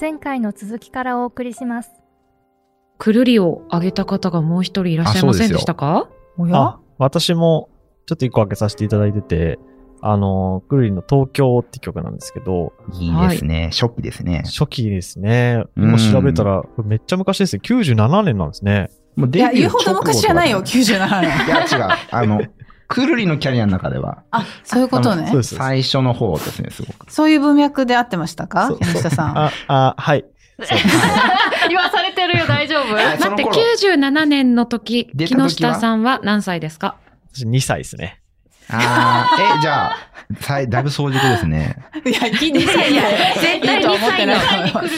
前回の続きからお送りします。くるりをあげた方がもう一人いらっしゃいませんでしたかおあ、私もちょっと一個開けさせていただいてて、あの、くるりの東京って曲なんですけど、いいですね。初期ですね。初期ですね。うん今調べたら、これめっちゃ昔ですね。97年なんですね。もういデビュや、ー言うほど昔じゃないよ、直後97 年。だからいや、違う。あ の、くるりのキャリアの中では、あ、そういうことねそう。です。最初の方ですね、すごく。そういう文脈で合ってましたかそう山下さん。あ、あ、はい。言わされ てるよ、大丈夫い待そっのて、頃97年の時、出木た時は下さんは何歳ですか私2歳ですね。ああ、え、じゃあ、さいだいぶ早熟ですね。いや、聞いていや絶対いいとは思ってない2歳と思い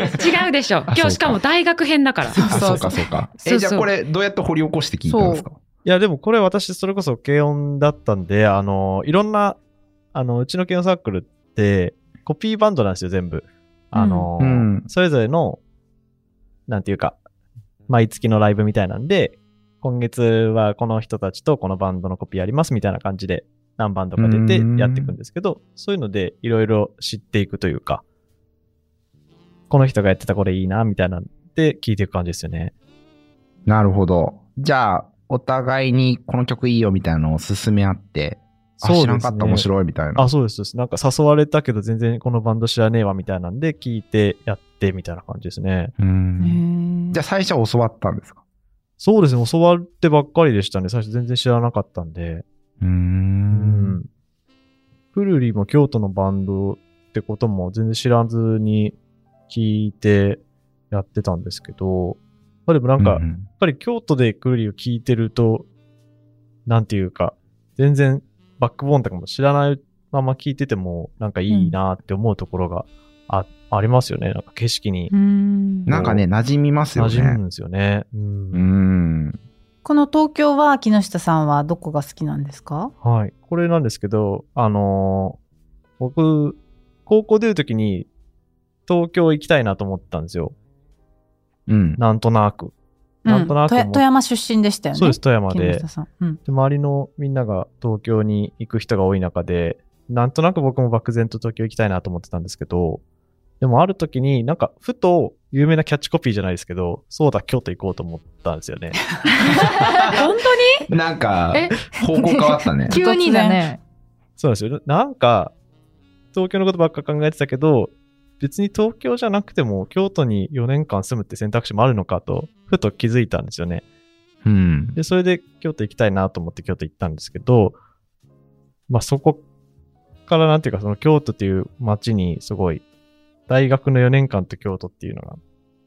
ますよ。違うでしょ。あ今そうか日しかも大学編だから。そうあ、そうか、そうか。そうそえ、うじゃあこれ、どうやって掘り起こして聞いたんですかいや、でもこれ私、それこそ軽音だったんで、あの、いろんな、あの、うちの軽音サークルって、コピーバンドなんですよ、全部。あの、うんそれぞれの、なんていうか、毎月のライブみたいなんで、今月はこの人たちとこのバンドのコピーやりますみたいな感じで、何バンドか出てやっていくんですけど、そういうので、いろいろ知っていくというか、この人がやってたこれいいな、みたいなんで聞いていく感じですよね。なるほど。じゃあ、お互いにこの曲いいよみたいなのを勧め合って、あ、知らんかった、面白いみたいな。あ、そうです、そうです。なんか誘われたけど全然このバンド知らねえわみたいなんで聞いてやってみたいな感じですね。うん。じじゃあ、最初は教わったんですかそうですね、教わってばっかりでしたね。最初全然知らなかったんで。う。。うんくるりも京都のバンドってことも全然知らずに聞いてやってたんですけど、まあでもなんか、うやっぱり京都でくるりを聞いてると、なんていうか、全然バックボーンとかも知らないまま聞いてても、なんかいいなって思うところがあ,、ありますよね。なんか景色にうんなんかね、馴染みますよ馴染むねん。ですよね。うんうん。この東京は木下さんはどこが好きなんですかはい。これなんですけど、あのー僕、高校出るときに東京行きたいなと思ったんですよ。うん。なんとなく。なんとなくうんも富富山出身でしたよね。そうです、富山木で下。さん。うん。で、周りのみんなが東京に行く人が多い中で、なんとなく僕も漠然と東京行きたいなと思ってたんですけど、でもある時になんかふと有名なキャッチコピーじゃないですけど、そうだ京都行こうと思ったんですよね。本当になんかえ、方向変わっ たね。急にだね。そうなんですよ。なんか、東京のことばっか考えてたけど、別に東京じゃなくても京都に4年間住むって選択肢もあるのかと、ふと気づいたんですよね。うん。で、それで京都行きたいなと思って京都行ったんですけど、まあそこからなんていうか、その京都っていう街にすごい、大学の4年間と京都っていうのが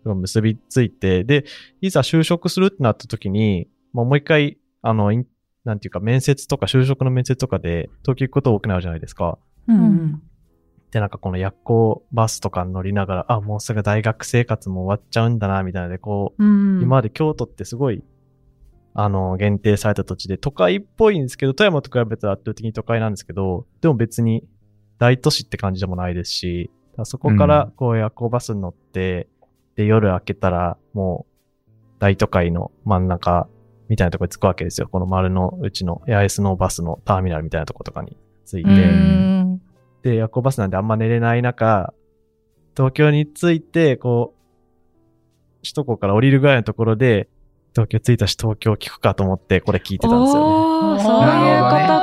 すごい結びついて、で、いざ就職するってなった時に、まあもう一回、あの、インなんていうか面接とか就職の面接とかで東京行くこと多くなるじゃないですか。うんう。うんで、なんかこの夜行バスとかに乗りながら、あ、もうすぐ大学生活も終わっちゃうんだな、みたいなので、こう、うん今まで京都ってすごい、あの、限定された土地で、都会っぽいんですけど、富山と比べたら圧倒的に都会なんですけど、でも別に大都市って感じでもないですし、だからそこかうらこう夜行バスに乗って、で、夜明けたら、もう、大都会の真ん中みたいなとこに着くわけですよ。この丸のうちの八重洲のバスのターミナルみたいなとことかに着いて、うんで、夜行バスなんであんま寝れない中、東京に着いて、こう、首都高から降りるぐらいのところで、東京着いたし東京聞くかと思ってこれ聞いてたんですよね。おおー、そういうーこと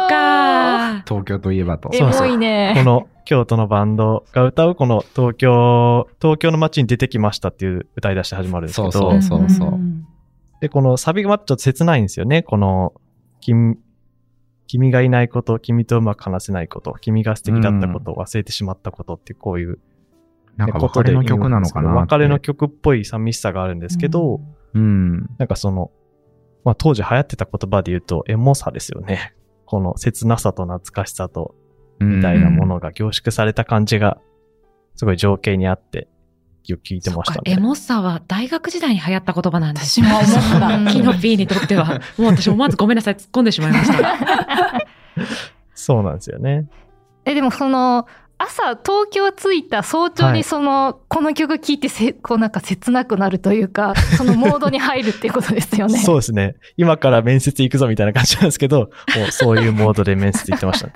か。東京といえばと。そうなんですよいこね。の京都のバンドが歌うこの東京、東京の街に出てきましたっていう歌い出して始まるんですけど、そうそうそうそう。で、このサビがまたちょっと切ないんですよね。この、君、君がいないこと、君とうまく話せないこと、君が素敵だったこと、忘れてしまったことってこういうなんかこ別とでれの曲なのかなって。別れの曲っぽい寂しさがあるんですけど、うん。なんかその、まあ当時流行ってた言葉で言うと、エモさですよね。 この切なさと懐かしさと、みみたいなものが凝縮された感じが、すごい情景にあって、よく聞いてましそたっかエね。モさは大学時代に流行った言葉なんです私も思った。うんキノピーにとっては、もう私思わずごめんなさい、突っ込んで しまいました。そうなんですよね。え、でもその、朝東京着いた早朝はにいその、この曲聴いてせこうなんか切なくなるというか、そのモードに入るっていうことですよね。そうですね。今から面接行くぞ みたいな感じなんですけど、もうそういうモードで面接行ってましたね。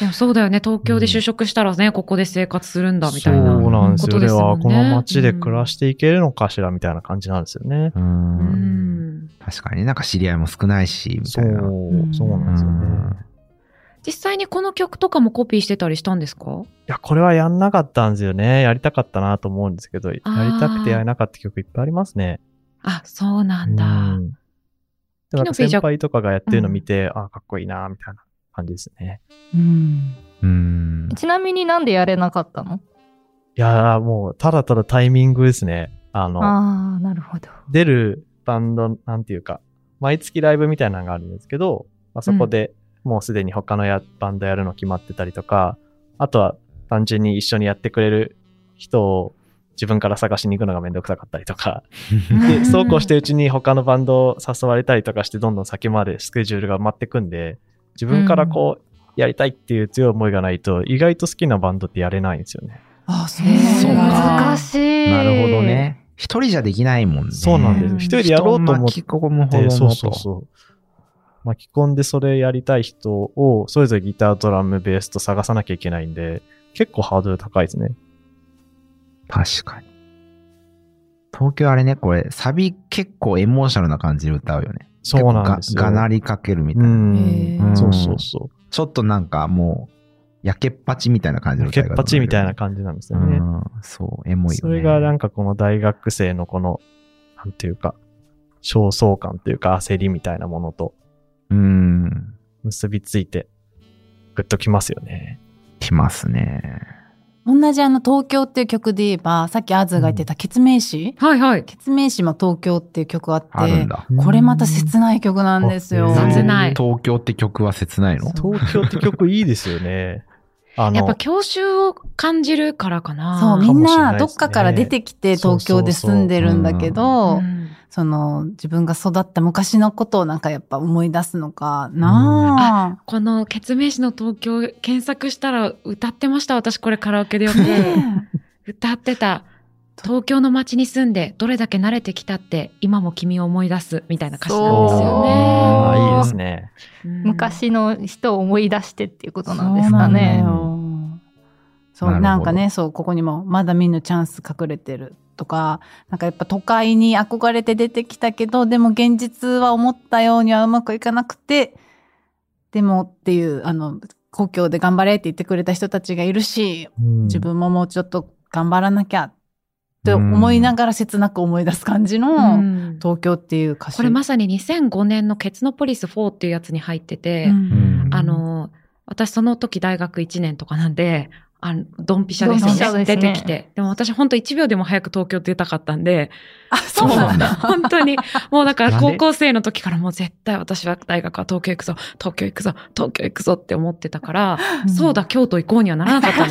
でもそうだよね。東京で就職したらね、ここで生活するんだ、みたいそな。うなんですことでよ。ですもは、んねこの街で暮らしていけるのかしらみたいな感じなんですよね。う。うんん。確かになんか知り合いも少ないし、みそたいな。う、そうなんですよね。実際にこの曲とかもコピーしてたりしたんですかいや、これはやんなかったんですよね。やりたかったなと思うんですけど、やりーたくてやれなかった曲いっぱいありますね。あ、そうなんだ。うんでもなキノんかピーじゃ先輩とかがやってるの見て、あーかっこいいなみたいな感じですね。うん。うん。ちなみになんでやれなかったのいやー、もう、ただただタイミングですね。あの、ああ、なるほど。出るバンド、なんていうか、毎月ライブみたいなのがあるんですけど、まあ、そこでもうすでに他のやバンドやるの決まってたりとか、あとは単純に一緒にやってくれる人を自分から探しに行くのがめんどくさかったりとか、 で、そうこうしてるうちに他のバンドを誘われたりとかして、どんどん先までスケジュールが埋まってくんで、自分からこう、やりたいっていう強い思いがないと、意外と好きなバンドってやれないんですよね。あ、そうへーそうなんだ。難しい。なるほど。ね。一人じゃできないもんね。そうなんです。うん一人でやろうと人思っを巻き込むほどて、のそうそうそう。巻き込んでそれやりたい人を、それぞれギター、ドラム、ベースと探さなきゃいけないんで、結構ハードル高いですね。確かに。東京あれね、これ、サビ結構エモーショナルな感じで歌うよね。そうなんです結よ。構ががなりかけるみたいうな。ん。うんそうそうそちょっとなんかもう、焼けっぱちみたいな感じう。のけ歌いっ方ぱちみたいな感じなんですよね。うんそう、エモいよね。それがなんんかこの大学生のこの、なんていうか、焦燥感というか焦りみたいなものとうん。結びついて、グッときますよね。きますね。同じあの、東京っていう曲で言えば、さっきアズが言ってた、ケツメイシはいはい。ケツメイシも東京っていう曲あって、あるんだ。これまた切ない曲なんですよ。あへー切ない東京って曲は切ないのそう東京って曲いいです よね。あの、やっぱ郷愁を感じるからかな。そう、みかんもしれなないですどねっかから出てきて東京で住んでるんだけうど、んその自分が育った昔のことをなんかやっぱ思い出すのかなこの、ケツメイシの東京、検索したら歌ってました。私これカラオケでよくぁ。。ねえ歌ってた。東京の街に住んで、どれだけ慣れてきたって、今も君を思い出す、みたいな歌詞なんですよね。あーいいですね。うん昔の人を思い出してっていうことなんですそうかなんだね。よ。そうなるほどなんかねそうここにも「まだ見ぬチャンス隠れてる」とかなんかやっぱ都会に憧れて出てきたけどでも現実は思ったようにはうまくいかなくてでもっていうあの故郷で頑張れって言ってくれた人たちがいるし自分ももうちょっと頑張らなきゃって思いながら切なく思い出す感じうのん東京っていう歌詞。これまさに2005年のケツノポリス4っていうやつに入ってて、んあの、私その時大学1年とかなんで、あの、ドンピシャですドよンピシャでね。す出ねてきて。でも私本当1秒でも早く東京出たかったんで、あそうなんだ。本当に、もうだからなんで高校生の時からもう絶対私は大学は東京行くぞ、東京行くぞ、東京行くぞって思ってたから、 そう だ、京都行こうにはならなかったんで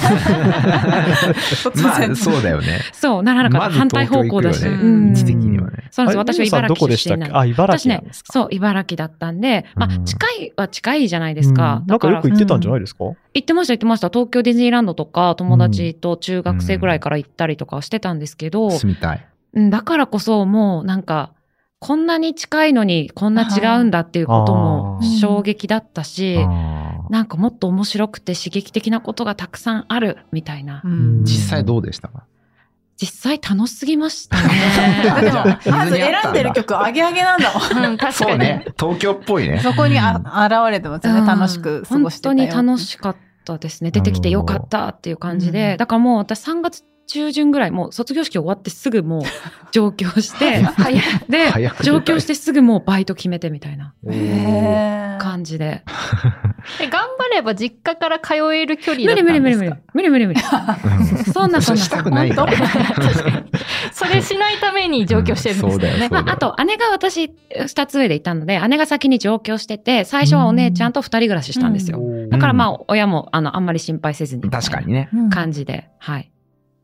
すよ。まあ、そうだよね。そう、ならなかった。まず反対方向だし。東京行くよねうん一位置そ的うにはね。なんです。あ私はゆうさん茨どこ城でした出っ身なんけで。あ、茨私城なねんです、か。そう、茨城だったんで、まうあ、ん近いは近いじゃないですかう。んなだんかからよく行ってたんじゃないですか、行ってました、行ってました。東京ディズニーランドとか、友達と中学生ぐらいから行ったりとかしてたんですけど、住みたい。うん、だからこそもうなんか、こんなに近いのにこんな違うんだっていうこともあー衝撃だったし、あーなんかもっと面白くて刺激的なことがたくさんあるみたいな。うん実際どうでしたか実際楽しすぎましたあ ね。でも、まず選んでる曲、アゲアゲなんだもん。うん、確かに。。東京っぽいね そこにあ現れてますよね、うん楽しく過ごしてたよ。本当に楽しかったですね。出てきてよかったっていう感じなるほで。どだからもう私3月中旬ぐらい、もう卒業式終わってすぐもう上京して、で、早く出たい上京してすぐもうバイト決めてみたいなへへー感じで。え頑張れば実家から通える距離無だっ理た無理ん無で理す無理か。無理無理無理。うんそんなそ そんうな。したくないよね。 それしないために上京してるんですようんそねう。だまよあ、あと、姉が私、二つ上でいたので、姉が先に上京してて、最初はお姉ちゃんと二人暮らししたんですよ。だからまあ、親も、あの、あんまり心配せずに。確か。にね。うん感じで、はい。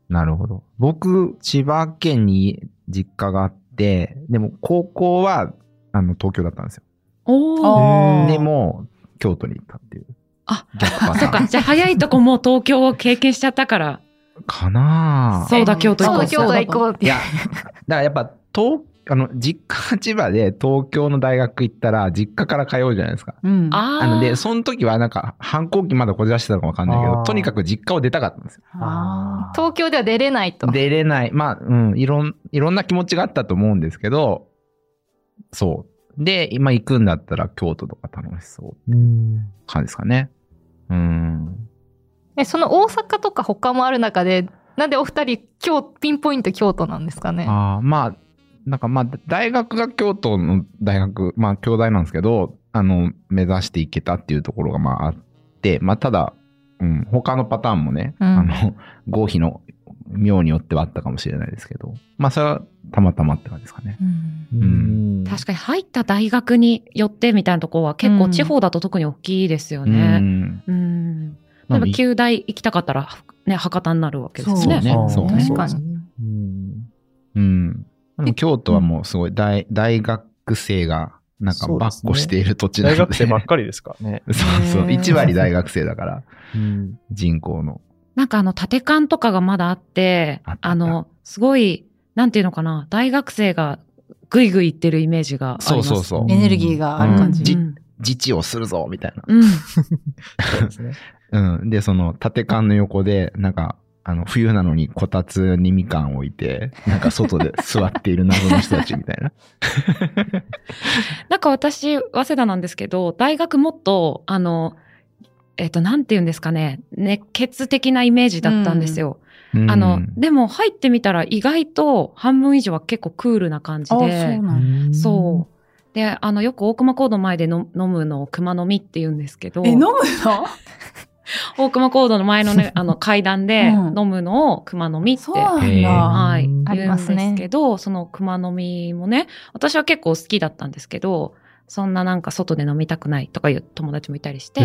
なるほど。僕、千葉県に実家があって、でも高校は、あの、東京だったんですよ。おお。あーでも、京都に行ったっていう。あ、逆パそっターか、ン。じゃあ早いとこもう東京を経験しちゃったから、かなあそうだ、京都行そこうう。だ、京都行こうっいてや。、だからやっぱ東あの、実家が千葉で東京の大学行ったら、実家から通うじゃないですか。うん。あなので、ーその時はなんか、反抗期まだこじらしてたのかわかんないけあーど、とにかく実家を出たかったんですよ。あ東京では出れないと。出れない。まあ、うん、いろん、いろんな気持ちがあったと思うんですけど、そう。で、今行くんだったら京都とか楽しそううん。感じですかね。うん。え、その大阪とか他もある中で、なんでお二人、今日、ピンポイント京都なんですかね。ああ、まあ、なんかまあ、大学が京都の大学、まあ、京大なんですけど、あの、目指していけたっていうところがまああって、まあ、ただ、うん、他のパターンもね、うんあの、合否の妙によってはあったかもしれないですけど、まあ、それはたまたまって感じですかね。うんん確かに入った大学によってみたいなところは結構地方だと特に大きいですようね。ん。うん。例えば、九大行きたかったら、ね、博多になるわけですそうね。ねあーそう確かに。うんうん。でも京都はもうすごい大、大学生が、なんか、そうばでっすねこしている土地なの大で。学生ばっかりですからね。 そうそう。へー1割大学生だから、うん。人口の。なんかあの、縦館とかがまだあってあっ、たあの、すごい、なんていうのかな、大学生がぐいぐい行ってるイメージがあります。そうそうそうエネルギーがある感じ。じうん。自治をするぞみたいな。うん。そうですね。。うん。で、その、縦館の横で、なんか、あの、冬なのにこたつにみかん置いて、なんか外で座っている謎の人たちみたいな。なんか私、早稲田なんですけど、大学もっと、あの、えっ、と、なんていうんですかね、熱血的なイメージだったんですよ。うんあの、でも入ってみたら意外と半分以上は結構クールな感じあで。そうなんだ。そう。で、あの、よく大熊高度前での飲むのを熊飲みって言うんですけどえ、、飲むの大熊高度の前のね、あの階段でうん飲むのを熊飲みって。そうなんだ。へーはいうんあり言うまんすねですけど、その熊飲みもね、私は結構好きだったんですけど、そんななんか外で飲みたくないとかいう友達もいたりして、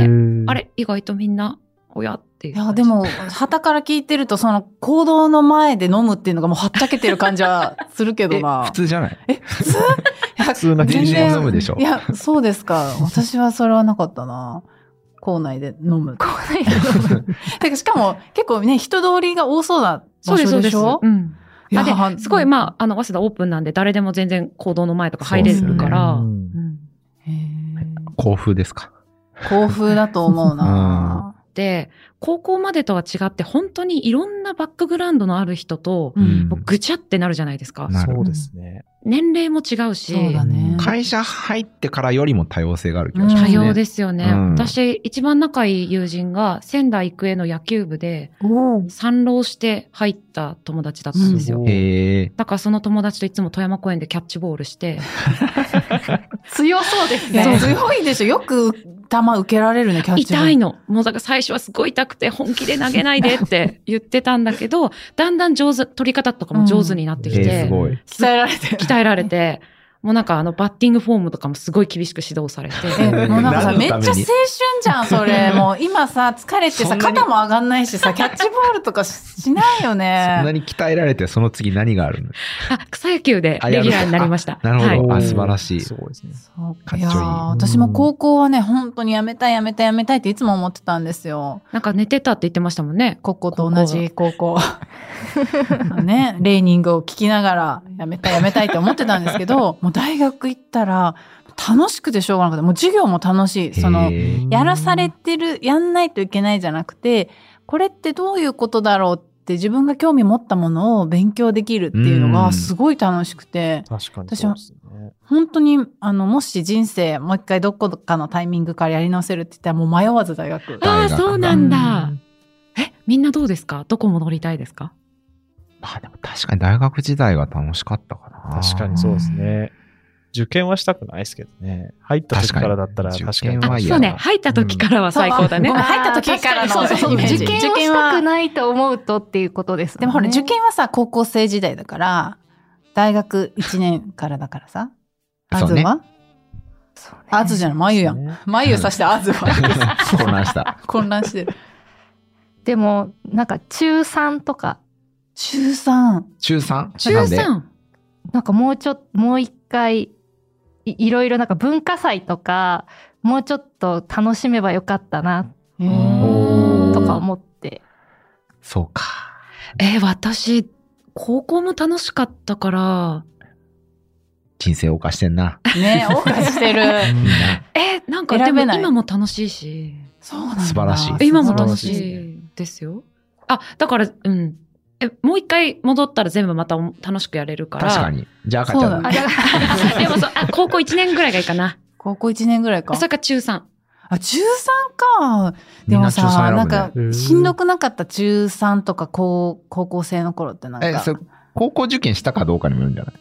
あれ意外とみんな、おやっていうい感じ。や、でも、旗から聞いてると、その、行動の前で飲むっていうのがもうはっちゃけてる感じはするけどえな。普通じゃないえ、普通普通な気全がします然飲むでしょい。や、そうですか。私はそれはなかったな。校内で 飲む。こういうのてかしかも、結構ね、人通りが多そうなそ場うです、そう所ででしす。ょうん。いやあですごい、まあ、あの、早稲田オープンなんで、誰でも全然行動の前とか入れるから、そううですよんねへー甲府ですか。興奮だと思うな。で、高校までとは違って、本当にいろんなバックグラウンドのある人と、うんもうぐちゃってなるじゃないですか。なるそうですね。年齢も違うし、そうだね。会社入ってからよりも多様性がある気がします多ね。様ですよね。うん私、一番仲いい友人が仙台育英の野球部で、参浪して入った友達だったんですよ。うんへえ。だからその友達といつも富山公園でキャッチボールして、強そうですいやね。強いでしょ。よく、球受けられるね、キャッチボール痛いの。もうだから最初はすごい痛くて本気で投げないで って言ってたんだけど、だんだん上手、取り方とかも上手になってきうんえーて、すごい鍛えられて。鍛えられて、もうなんかあのバッティングフォームとかもすごい厳しく指導されて、え、 もうなんか何のたさ、めめっにちゃ青春じゃん、そ れ。もう今さ、疲れてそさ、んなに肩も上がんない しさ、キャッチボールとかししないよそんなね。に鍛えられて、その次何があるのあ、草野球でレギュラーになりました。なるほはいど。はいあ、素晴らしい。すごいですね。そうかっちょいいやー私も高校はね、本当にやめたい、やめたい、やめたいっていつも思ってたんですよ。なんか寝てたって言ってましたもんね。高校と同じ高校。 ね、レーニングを聞きながら、やめたい、やめたいって思ってたんですけど、もう大学行ったら、楽しくてしょうがなくて、もう授業も楽しい。その、へーやらされてる、やんないといけないじゃなくて、これってどういうことだろうって自分が興味持ったものを勉強できるっていうのうがんすごい楽しくて、確かにそうですね。本当に、あの、もし人生もう一回どこかのタイミングからやり直せるって言ったらもう迷わず大学。あ大あ、学そうなんだ。え、みんなどうですかどこ戻りたいですかまあでも確かに大学時代が楽しかったかな。確かにそうですね。受験はしたくないですけどね。入った時からだったら確確かかにに。受験まはあいいやそうね。入った時からは最高だね。そうあ入った時からのあー確にイメージ受験をしたくないと思うとっていうことですでもほら、受験はさ、高校生時代だから、大学1年からだからさ。あそずうねはあずじゃない、まゆやん。ん。まゆさしてあず は混乱した。混乱してる。でもなんか中3とか中3。中 3? 中 3? なんかもうちょっともう一回いいろいろなんか文化祭とかもうちょっと楽しめばよかったなへおーーとか思ってそうか。えー、私、高校も楽しかったから、人生を犯してんな。ね、謳歌し てる。いいなえ、なんかで選もべない今も楽しいし、そうなんだ。素晴らしいえ今も楽楽ししいいですよ。あ、だから、うん。え、もう一回戻ったら全部また楽しくやれるから。確かに。じゃあ赤ちゃんそうだだ。あじゃああ でもそう、あ、高校1年ぐらいがいいかな。高校1年ぐらいか。それか中3。あ、中3か。みでんもな中さ、 3なん選かぶね。、うんしんどくなかった中3とか高高校生の頃ってなんえ、か。それ高校受験したかどうかにもよるんじゃない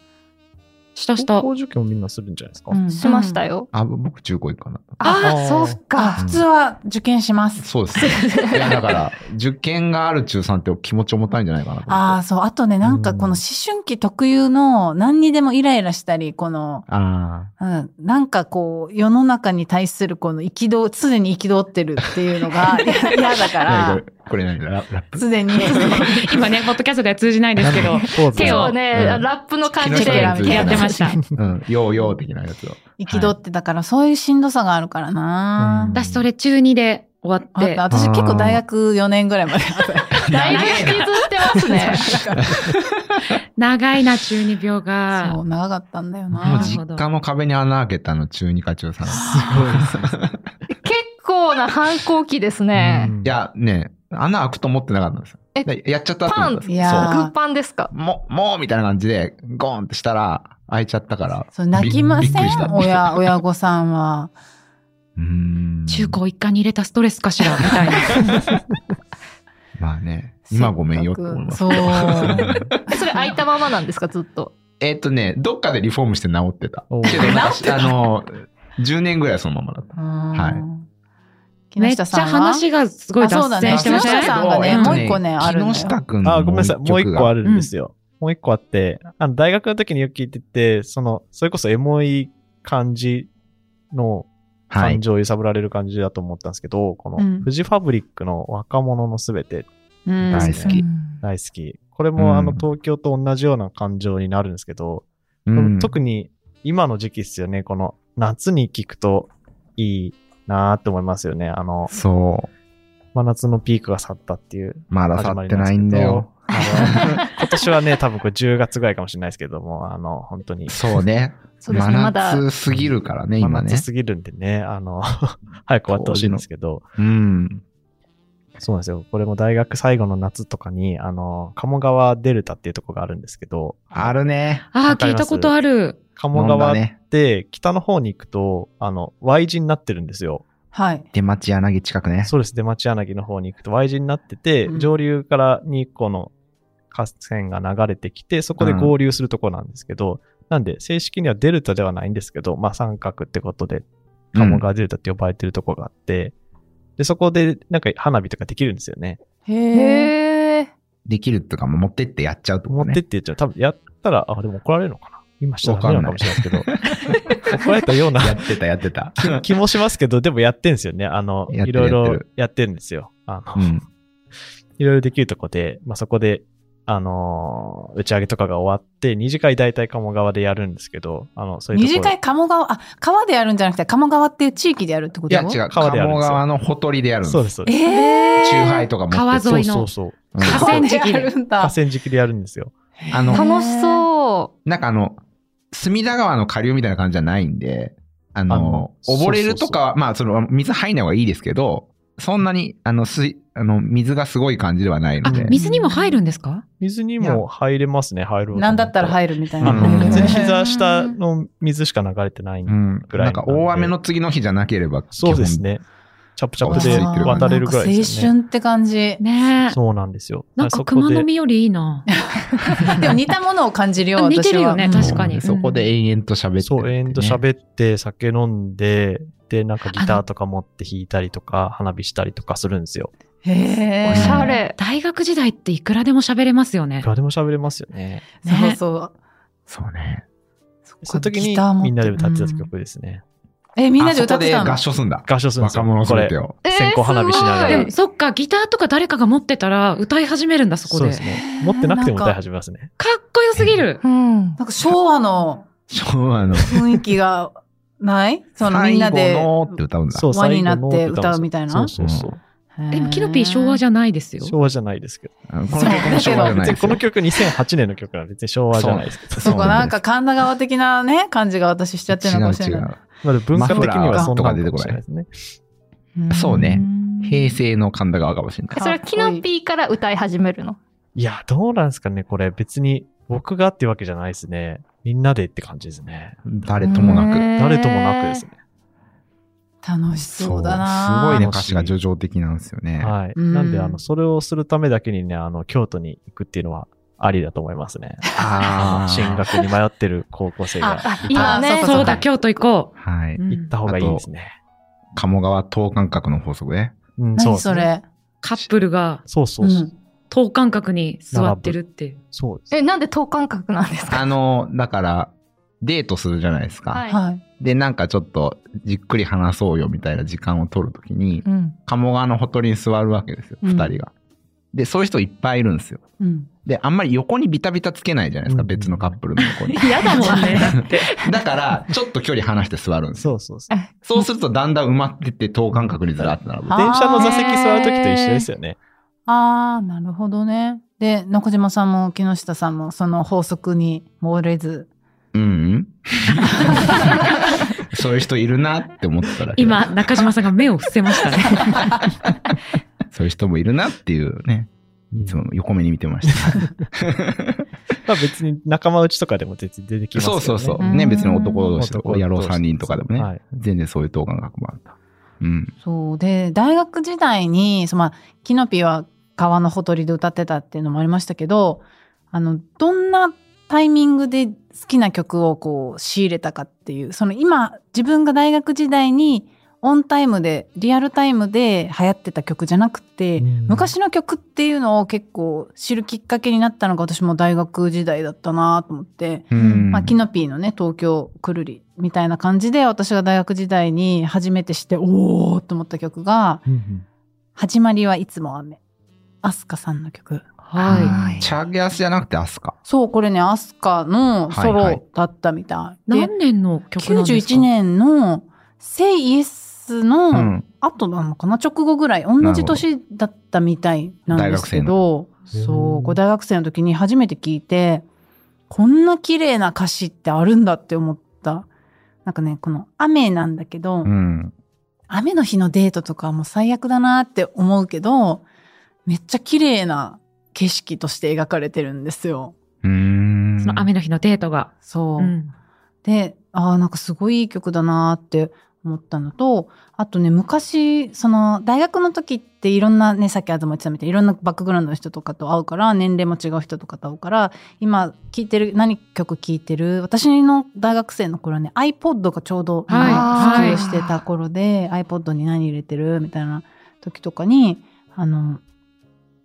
下下高。校受験をみんなするんじゃないですか。うんしましたよ。あ、僕中高いかな。ああ、そうあ、か。普通は受験します。そうです ね。いや、だから、受験がある中3って気持ち重たいんじゃないかなと思って。ああ、そう。あとね、なんかうんこの思春期特有の何にでもイライラしたり、この、あうん、なんかこう、世の中に対するこの憤、常に憤ってるっていうのが いや嫌だかあ。ならにこ、れ、これ何ララップ常に、今ね、ポッドキャストでは通じないですけど、手そをうね、うんラップの感じ木で下やさん についてってました。うん。ようよう的なやつを。憤ってたから、そういうしんどさがあるからな。私それ中2で終わっあてと、。私結構大学4年ぐらいまで。 だいぶ引きずってますね。長いな、中二病が。そう、長かったんだよもうな。実家の壁に穴開けたの中2か中3。 結構な反抗期ですね。いや、ね、穴開くと思ってなかったんですよ。えでやっちゃったと思ったんいですやーそグう。ーパンですかもう、もうみたいな感じで、ゴーンってしたら、開いちゃったから。そう、泣きませびびっくりしんた親、親御さんは。うーん中高一貫に入れたストレスかしらみたいな。まあね、今ごめんよって思います。そう。 えそれ開いたままなんですか、ずっと。えっとね、どっかでリフォームして治ってた。おけど、なんかあの、10年ぐらいそのままだった。はいいめっちゃ話がすごい脱線してまし木た下ね。さんがねえっともう一個ねあるのよ木下くんのあ、ごめんなさい。もう一個ある。るんですよ。もう一個あって、あの、大学の時によく聞いてて、その、それこそエモい感じのはい感。情を揺さぶられる感じだと思ったんですけど、こうんの、フジファブリックの若者のすべてうん大好きうん大好き。これも、あの、うん東京と同じような感情になるんですけど、うん特に今の時期ですよね、この、夏に聞くといいなーって思いますよね。あの、そう。真夏のピークが去ったっていうまだ去ってないんだよ。 あの今年はね、多分これ10月ぐらいかもしれないですけども、あの、本当に。そうね。そうですね、ま真だ。夏すぎるからね、真今ね夏。すぎるんでね、あの、 早く終わってほしいんですけど、うん。そうなんですよ。これも大学最後の夏とかに、あの、鴨川デルタっていうとこがあるんですけど、あるね。ああ、聞いたことある。鴨飲んだ川っね。て北の方に行くと、あの、Y 字になってるんですよ。はい。出町柳近くね。そうです。出町柳の方に行くと Y 字になってて、うん上流から日光の河川が流れてきて、そこで合流するとこなんですけど、なんで正式にはデルタではないんですけど、まあ三角ってことで、鴨川デルタって呼ばれてるとこがあって、で、そこでなんか花火とかできるんですよね。へえ。へえ。できるっていうか、もう持ってってやっちゃうと持思ってってね。言っちゃう。多分やったら、あ、でも怒られるのかな。今したらダメなのかもしれないですけど、 怒られたようなやってた、やってた。 気気もしますけど、でもやってんですよね。あの、やってるいやっろいろてるやってるんですよ。あの、うん。いろいろできるとこで、まあ、そこで、あのー打ち上げとかが終わって、二次会大体鴨川でやるんですけど、あの、そういう二とこ次会鴨川、あ、川でやるんじゃなくて、鴨川っていう地域でやるってこいとや、違う。川でやるんです鴨よ川のほとりでやるんですそうです、そうです。ええ。チューハイとか持って川沿そういのそうそう。うん河川敷で川やるんだ河川敷でやるんですよ。あの、楽しそなんかあの、隅田川の下流みたいな感じじゃないんで、あの、あの溺れるとかは、まあ、その、水入んない方がいいですけど、そんなに、あの、水、あの、水がすごい感じではないあので、、水にも入るんですか水にも入れますね、入る。なんだったら入るみたいな。ああの、別にへ膝下の水しか流れてないんうで、ん、ぐらないなんんでか大雨の次の日じゃなければ、そうです。ね。チャプチャプで落ち着いてる渡れるぐらいですよね。なんか青春って 感じ。ねえ。そうなんですよ。なんだからそこ熊での実よりいいな。でも似たものを感じるよ、あ似てるよね私確はかにうんそこで延々と喋って、そう、延々とるってね。喋って、酒飲んで、で、なんかギターとか持って弾いたりとか、花火したりとかするんですよ。へう。え。おしゃれ。大学時代っていくらでも喋れますよねいく。らでも喋れますよね。そうそう。そうね。その時にギター持ってみんなで歌ってた曲ですね。え、みんなで歌ってあそこたでの合唱すんだ。合唱するんです若よ。者こすべれて。を。えー線香花火しながすらごでいも、そっか、ギターとか誰かが持ってたら歌い始めるんだ、そこそうで。でかすね。持ってなくても歌い始めますね。っこよすぎる。う。うん。なんか昭和の昭和の。雰囲気がないそのみんなで最後のって歌うんだ。そう、輪に最な後っのて歌うみたいなそうそうそう。でも、キノピー昭和じゃゃないですよ。昭和じゃないですけど。あのこの曲もしょうがない別でにすこよの曲2008年の曲は別に昭和じゃないですけど。そうそうか、ななんんですか神田川的なね、感じが私しちゃってるのかもしれ違う違なう。まあでも文化的にはそんなのかもしれないですね。い。そうねん平。成の神田川かもしれない。それはキノピーから歌い始めるの。いや、どうなんですかね、これ。別に僕がってわけじゃないですね。みんなでって感じですね。誰ともなく。誰ともなくですね。楽しそうだすごな。いね、楽歌しい詞が叙情的なんですよね。はい。うんなんで、あの、それをするためだけにね、あの、京都に行くっていうのはありだと思いますね。あー進学に迷ってる高校生があ今ねあそうかだ、京都行こはい。う。行った方がいいですね。鴨川等間隔の法則ね。うん、そ何うですそね。れ。カップルがそうそうそう。ん等間隔に座ってるって。そうです。え、なんで等間隔なんですかあの、だから、デートするじゃないですか。はいはい。で、なんかちょっと、じっくり話そうよみたいな時間を取るときに、うん。鴨川のほとりに座るわけですよ、うん二人が。で、そういう人いっぱいいるんですよ。うん。で、あんまり横にビタビタつけないじゃないですか、うん別のカップルの 横に。嫌だもんね。だって。 だから、ちょっと距離離して座るんですよ。そうそうそう。そうするとだんだん埋まってって等間隔にずらって並ぶ。あ電車の座席座るときと一緒ですよね。ああ、なるほどね。で、中島さんも木下さんもその法則に漏れず。うん、うん、そういう人いるなって思ったら、今、中島さんが目を伏せましたね。 そういう人もいるなっていうね、いつも横目に見てました。まあ別に仲間内とかでも全然出てきますよそうね。そうそう。うんね、別に男同士とか、男同士野郎3人とかでもね、はい全然そういう等間隔もあった。うん。そうで、大学時代に、そのまあ、キノピは川のほとりで歌ってたっていうのもありましたけど、あの、どんなタイミングで好きな曲をこう仕入れたかっていう、その今、自分が大学時代にオンタイムで、リアルタイムで流行ってた曲じゃなくて、うん昔の曲っていうのを結構知るきっかけになったのが私も大学時代だったなと思って、うんまあ、キノピーのね東京くるりみたいな感じで私が大学時代に初めてしておおと思った曲がうん「始まりはいつも雨」アスカさんの曲ははいチャゲアスじゃなくてアスカ。そうこれねアスカのソはいはいロだったみたい、い。何年の曲なんですか91年の「セイイエス」うのん。後なのかな、直後ぐらい同じ年だったみたいなんですけど生のそううんこう大学生の時に初めて聞いてこんな綺麗な歌詞ってあるんだって思ったなんかねこの雨なんだけど、うん。雨の日のデートとかはもう最悪だなって思うけどめっちゃ綺麗な景色として描かれてるんですよ。うん。その雨の日のデートが。そう、うんで、ああ、なんかすごいいい曲だなーって思ったのと、あとね、昔、その、大学の時っていろんなね、さっき東言ってたみたいにいろんなバックグラウンドの人とかと会うから、年齢も違う人とかと会うから、今、聴いてる、何曲聴いてる私の大学生の頃はね、iPod がちょうど、はい普はい及してた頃で、iPod に何入れてるみたいな時とかに、あの、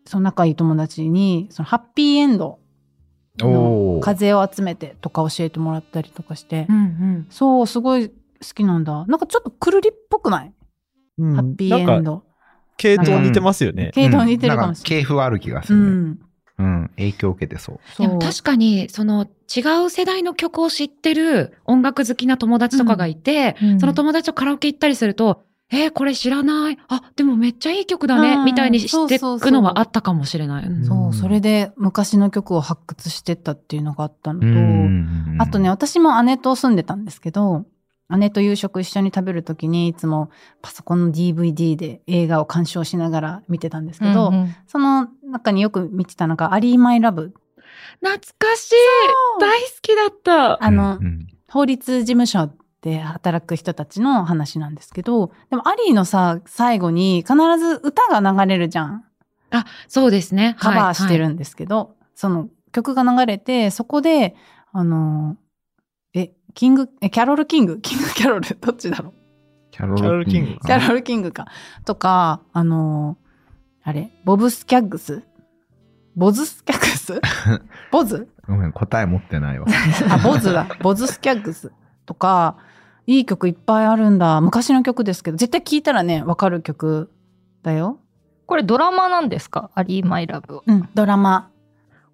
その仲いい友達に、その、ハッピーエンドおのー風を集めてとか教えてもらったりとかして、うんうん。そう、すごい好きなんだ。なんかちょっとくるりっぽくない、うんハッピーなエンんか、ド。系統似てますよね。系統似てるかうもんしれない。系譜はある気がすうるね。ん。うん。影響を受けてそう。そでうも確かに、その違う世代の曲を知ってる音楽好きな友達とかがいて、うんその友達とカラオケ行ったりすると、えー、これ知らない。あ、でもめっちゃいい曲だうね。んみたいに知っていそうそうくそうのはあったかもしれない。うんそう、それで昔の曲を発掘してったっていうのがあったのと、うんあとね、、私も姉と住んでたんですけど、姉と夕食一緒に食べるときにいつもパソコンの DVD で映画を鑑賞しながら見てたんですけど、うんうんその中によく見てたのが「アリー・マイ・ラブ懐かしい大好きだった」。あの、うんうん法律事務所で働く人たちの話なんですけど、でもアリーのさ、最後に必ず歌が流れるじゃん。あ、そうですね。カバーしてはいるんですけど、その曲が流れて、そこで、あの、え、キング、え、キャロルキングキ ングキャロルどっちだろうキャキャロロルルキキンンググかキな。ャロルキングか。とか、あの、あれ、ボブスキャッグスボズスキャッグスボズごめん、答え持ってない わ。あ、ボズだ。ボズスキャッグスとか、いい曲いっぱいあるんだ。昔の曲ですけど、絶対聴いたらね、わかる曲だよ。これドラマなんですかアリーマイラブは。うん、ドラマ。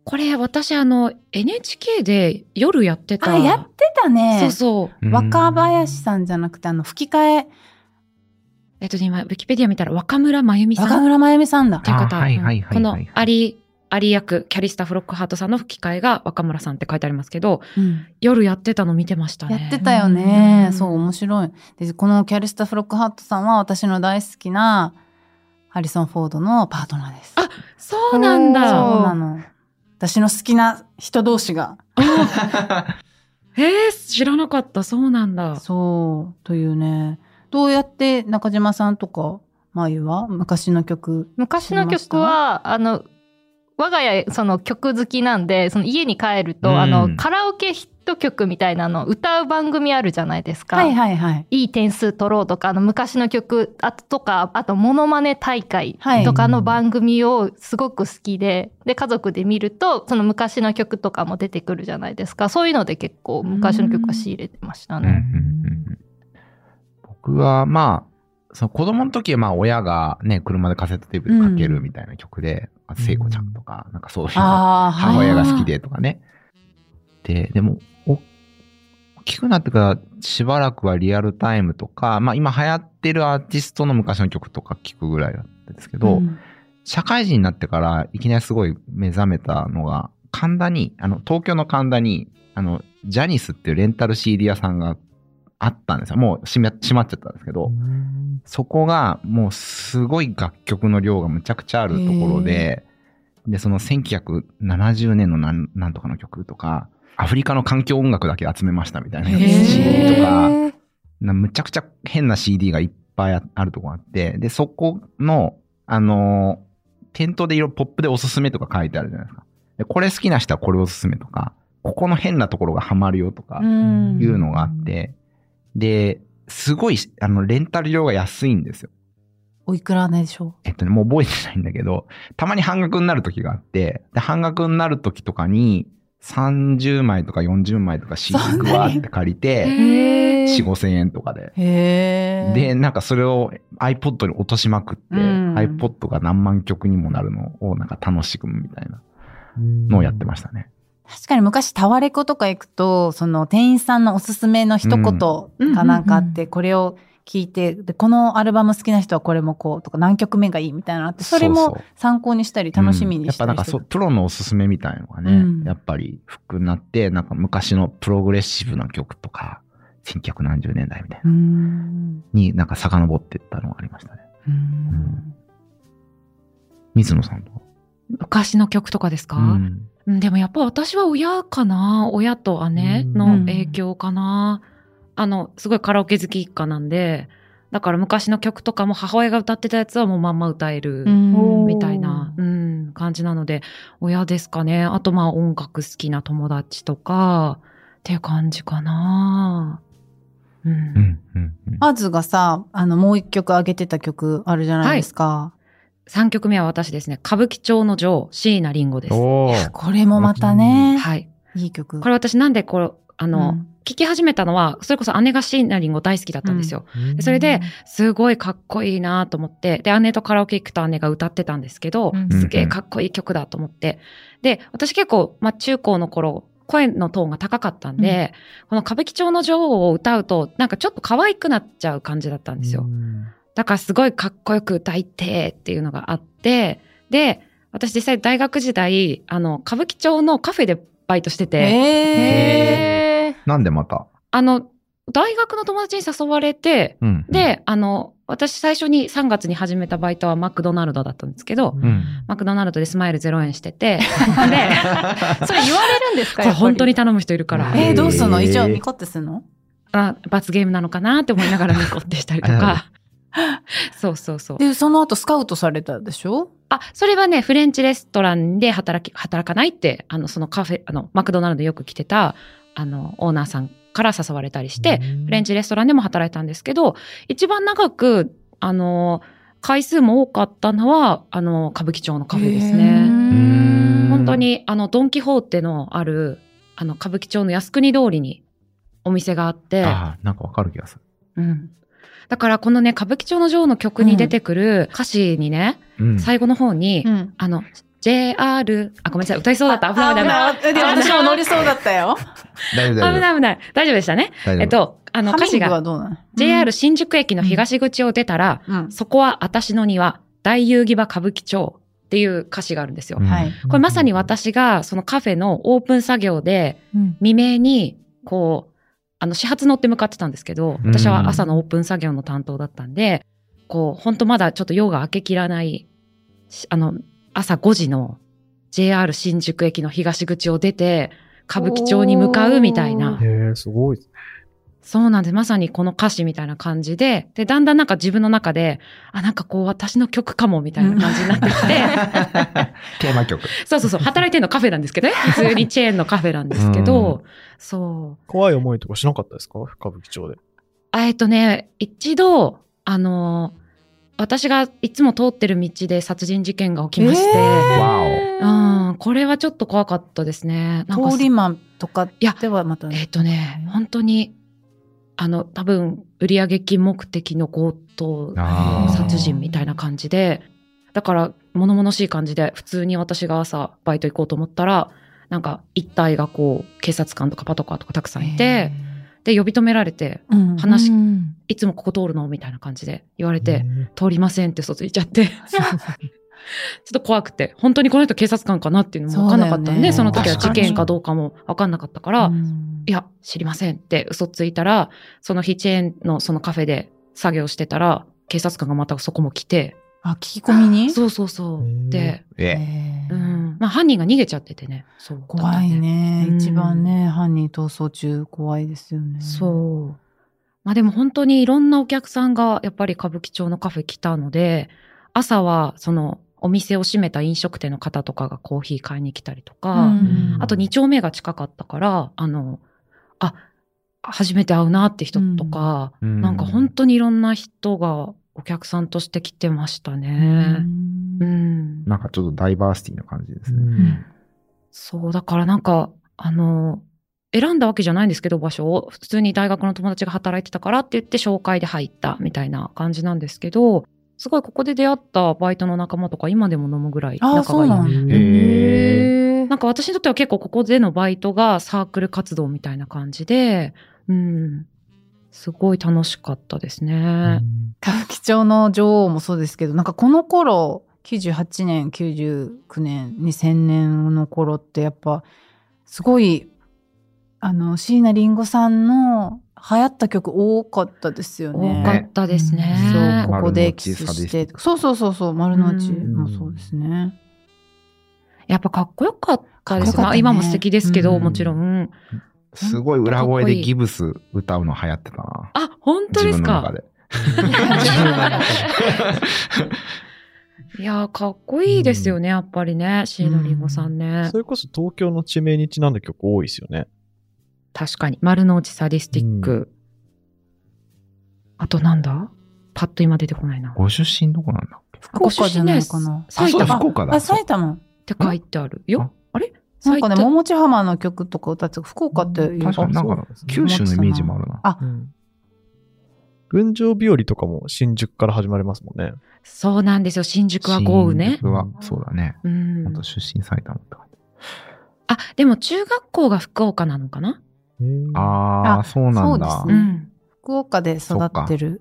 これ私あの NHK で夜やってた。あ、やってたね。そうそう。うん若林さんじゃなくて、あの、吹き替え、えっとね、今、ウィキペディア見たら若村真由美さん。中村真由美さんだと。いう方、あはいはいはいはいこのアリ、アリ役、キャリスタ・フロックハートさんの吹き替えが若村さんって書いてありますけど、うん夜やってたの見てましたやね。ってたよね。んそう、面白い。で、このキャリスタ・フロックハートさんは私の大好きなハリソン・フォードのパートナーです。あそうなんあだ。そうなの。私の好きな人同士が。えー、知らなかった。そうなんだ。そう、というね。どうやって中島さんとか、まゆは昔の曲。昔の曲はあの我が家その曲好きなんでその家に帰ると、うんあのカラオケヒット曲みたいなの歌う番組あるじゃないですか。はいはいはい。いい点数取ろうとか、あの昔の曲、あととか、あとモノマネ大会はいとかの番組をすごく好きで、で、家族で見ると、その昔の曲とかも出てくるじゃないですか。そういうので結構昔の曲は仕入れてましたうんうんね。うんうん僕はまあその子供の時はまあ親がね車でカセットテープでかけるみたいな曲で「あ聖子ちゃん」とかなんかそういうのああ、母はい。親が好きでとかねででもお大きくなってからしばらくはリアルタイムとかまあ今流行ってるアーティストの昔の曲とか聞くぐらいだったんですけど、うん社会人になってからいきなりすごい目覚めたのが神田にあの東京の神田にあのジャニスっていうレンタル CD 屋さんがあったんですよもう閉ま閉まっちゃったんですけど、そこがもうすごい楽曲の量がむちゃくちゃあるところで、で、その1970年のなんなんとかの曲とか、アフリカの環境音楽だけ集めましたみたいなへー CD とか、なむちゃくちゃ変な CD がいっぱいああるとこがあって、で、そこの、あのー店頭でいろいろポップでおすすめとか書いてあるじゃないですか。で、これ好きな人はこれおすすめとか、ここの変なところがハマるよとか、うんいうのがあって、で、すごい、あの、レンタル料が安いんですよ。おいくらでしょえっとね、もう覚えてないんだけど、たまに半額になる時があって、で、半額になる時とかに、30枚とか40枚とか CD そんなにグワーって借りうて、へ4、5千円とかで。へえ。で、なんかそれを iPod に落としまくって、うん iPod が何万曲にもなるのをなんか楽しくみたいなののをやってましたね。確かに昔タワレコとか行くとその店員さんのおすすめの一言かなんかあうんうんっうんてこれを聞いてでこのアルバム好きな人はこれもこうとか何曲目がいいみたいなのあってそれうもう参考にしたり楽しみにしたうんやっぱなりんかしてそたうプロのおすすめみたいのがね、うんやっぱり服になってなんか昔のプログレッシブな曲とか1970年代みたいなうんになんか遡ってったのがありましたね。うん水野さんとか。昔の曲とかですか、うんうんでもやっぱ私は親かな親と姉うんの影響かな、あのすごいカラオケ好き一家なんでだから昔の曲とかも母親が歌ってたやつはもうまんま歌えるうんみたいな、うん、感じなので親ですかねあとまあ音楽好きな友達とかっていう感じかなうん、うんうんうんアズがさあのもう一曲上げてた曲あるじゃないですか、 3曲目は私ですね歌舞伎町の女王椎名林檎ですおーこれもまたね、はいい、い曲これ私なんでこうあの、聞き始めたのはそれこそ姉が椎名林檎大好きだったんですよ、それで、すごいかっこいいなと思って、で、姉とカラオケ行くと姉が歌ってたんですけど、うんすげえかっこいい曲だと思って。で、私結構、まあ中高の頃、声のトーンが高かったんで、この歌舞伎町の女王を歌うと、なんかちょっと可愛くなっちゃう感じだったんですよ。だからすごいかっこよく歌いてーっていうのがあって、で、私実際大学時代、あの、歌舞伎町のカフェでバイトしてて、えー、へなんでまたあの、大学の友達に誘われて、うんで、あの、私最初に3月に始めたバイトはマクドナルドだったんですけど、うんマクドナルドでスマイル0円して て、で、ーそれ言われるんですこかれやっぱり本当に頼む人いるから、えーどうすんの一応えーニコってすんのあ罰ゲームなのかなって思いながらニコってしたりとあなるか、 そうそうそう。でその後スカウトされたでしょあ、それはね、フレンチレストランで働き、働かないって、あの、そのカフェ、あの、マクドナルドよく来てた、あの、オーナーさんから誘われたりして、フレンチチレストランでも働いたんですけど、一番長く、あの、回数も多かったのは、あの、歌舞伎町のカフェですへね。うん本当に、あの、ドンキホーテのある、あの、歌舞伎町の靖国通りにお店があって、あーなんかわかる気がする。うん。だから、このね、歌舞伎町の女王の曲に出てくる歌詞にね、うん最後の方に、うんあの、 JR、あ、ごめんなさい、歌いそうだった。危ない危ない危ない。あ危ないでも私も乗りそうだったよ。大丈夫、大危丈ない危ない。大丈夫でしたね。夫。えっと、あの、ハ歌ミ詞ングはが、どうなの JR 新宿駅の東口を出たら、うん。そこは私の庭、大遊戯場歌舞伎町っていう歌詞があるんですよ。うん、はいこれまさに私がそのカフェのオープン作業でうん未明にこうあの始発乗って向かってたんですけど私は朝のオープン作業の担当だったんでこう本当まだちょっと夜が明けきらないしあの朝5時の JR 新宿駅の東口を出て歌舞伎町に向かうみたいなへえ、すごいですね。そうなんです。まさにこの歌詞みたいな感じで、で、だんだんなんか自分の中で、あ、なんかこう私の曲かもみたいな感じになってきて、 テーマ曲。 そうそうそう、働いてるのカフェなんですけどね。普通にチェーンのカフェなんですけど、そう。怖い思いとかしなかったですか歌舞伎町で。あえっとね、一度、あの、私がいつも通ってる道で殺人事件が起きまして、えーわうん、これはちょっと怖かったですね。なんか通り魔とかやではまたえっ、とね、本当に、あの、多分、売上金目的の強盗あー殺人みたいな感じで、だから、物々しい感じで、普通に私が朝、バイト行こうと思ったら、なんか、一体がこう、警察官とかパトカーとかたくさんいて、で、呼び止められて、うん話、いつもここ通るのみたいな感じで言われて、通りませんって嘘ついちゃ って、ちょっと怖くて、本当にこの人警察官かなっていうのも分かんなかったんそうで、そ,、だよねの時は事件かどうかも分かんなかった から、うんいや、知りませんって嘘ついたら、その日チェーンのそのカフェで作業してたら、警察官がまたそこも来て、あ、聞き込みにそうそうそう。で、ええ。えうーん。まあ犯人が逃げちゃっててね。そう。怖い。ね。うん一番ね、犯人逃走中怖いですよね。そう。まあでも本当にいろんなお客さんがやっぱり歌舞伎町のカフェ来たので、朝はそのお店を閉めた飲食店の方とかがコーヒー買いに来たりとうか、ん。あと2丁目が近かったから、あの、あ、初めて会うなって人とか、ななんか本当にいろんな人がお客さんとして来てましたね。うん。なんかちょっとダイバーシティな感じですうね。んそう、だからなんか、あの、選んだわけじゃないんですけど、場所を。普通に大学の友達が働いてたからって言って紹介で入ったみたいな感じなんですけど、すごいここで出会ったバイトの仲間とか今でも飲むぐらいあー仲がいい。そなうなんだへえ。へーんか私にとっては結構ここでのバイトがサークル活動みたいな感じで、うん。すごい楽しかったですね。歌舞伎町の女王もそうですけどなんかこの頃98年99年2000年の頃ってやっぱすごいあの椎名林檎さんの流行った曲多かったですよ多ね。かったですね。そうここ丸のでキ内スサディしスてティックそうそうそうそう丸の内もそうですね。やっぱかっこよかったですかっこよかったねまあ今も素敵ですけど、うんもちろん。すごい裏声でギブス歌うの流行ってたな。あ、本当ですか。自分の中で。自分の中でいやー、かっこいいですよね、やっぱりね。椎名林檎さんねそ。れこそ東京の地名にちなんだ曲多いですよね。確かに。丸の内サディスティッうク。あとなんだパッと今出てこないな。ご出身どこなんだっけあご出福岡じゃ身なでいすかな埼あそうだ玉っ福岡だあ埼玉て書いてあるよ。あれな埼んかね玉桃地浜の曲とか歌って福岡っていう確かになんそうかですね九州のイメージもあるな。あうん群青日和とかも新宿から始まりますもんね。そうなんですよ。新宿は豪雨新ね。宿は、そうだね。うんあ。と出身埼玉って書いてあ、でも中学校が福岡なのかなある。あああ、そうなんだ。そうそうんん。福岡で育ってる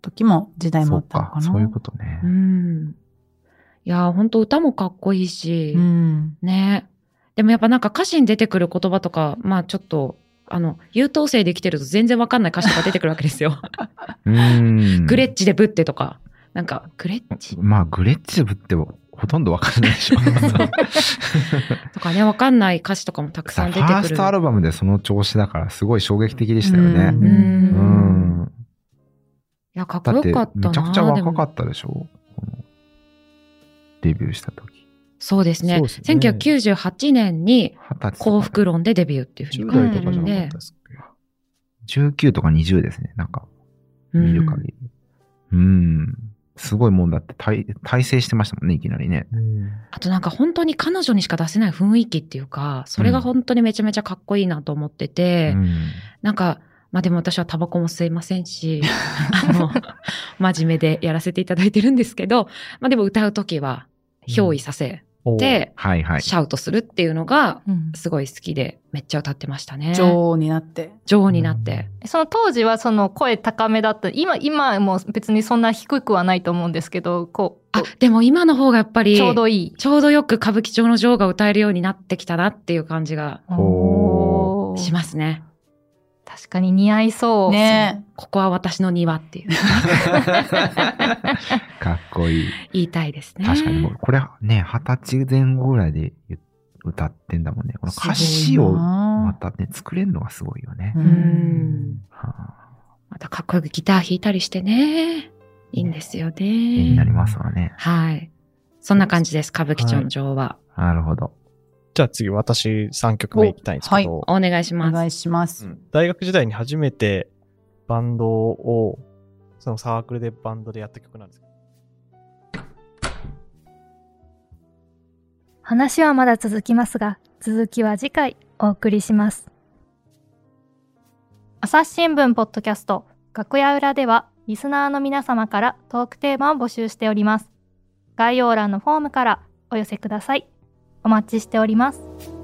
時も時代もあうったのかか、な。そういうことねう。ん。いやー、本当歌もかっこいいし。うんねでもやっぱなんか歌詞に出てくる言葉とか、まあちょっと、あの、優等生で生きてると全然わかんない歌詞とか出てくるわけですよ。うーん。グレッチでぶってとか。なんか、グレッチまあ、グレッチブってほとんどわかんないでしょ。ファとかね、わかんない歌詞とかもたくさん出てくる。ーストアルバムでその調子だから、すごい衝撃的でしたよね。う。うんん。いや、かっこだっよてかっ、たなめちゃくちゃ若でかもったでしょこのデビューした時。そうですね。そうですね1998年に二十歳とか。幸福論でデビューっていうふう10に書い代てとるかじゃんなかっでた。ですっけ19とか20ですね。なんか、見る限り。うん。すごいもんだって、体、体制してましたもんね、いきなりね。あとなんか本当に彼女にしか出せない雰囲気っていうか、それが本当にめちゃめちゃかっこいいなと思ってうて、ん。なんか、まあでも私はタバコも吸えませんし、 あの、真面目でやらせていただいてるんですけど、まあでも歌うときは、憑依させ、おーて、はいはい。シャウトするっていうのが、うんすごい好きで、めっちゃ歌ってましたね。女王になって。女王になって。その当時はその声高めだった今今も別にそんな低くはないと思うんですけどこうあ、でも今の方がやっぱり、ちょうどいい。ちょうどよく歌舞伎町の女王が歌えるようになってきたなっていう感じがおおーしますね。確かに似合いそう。ねここは私の庭っていうかっこいい。言いたいですね。確かに僕、これね、二十歳前後ぐらいで言う歌ってんだもんね。この歌詞をまたね、作れるのがすごいよね。う。うんはあまたかっこよくギター弾いたりしてね。いいんですよ絵にね。なりますわね。はい。そんな感じです。歌舞伎町の女王は。なるほど。じゃあ次私3曲目いきたいんですけど、お願いしおます。願いします。大学時代に初めてバンドを、そのサークルでバンドでやった曲なんですけど話はまだ続きますが、続きは次回お送りします。朝日新聞ポッドキャスト楽屋裏ではリスナーの皆様からトークテーマを募集しております。概要欄のフォームからお寄せください。お待ちしております。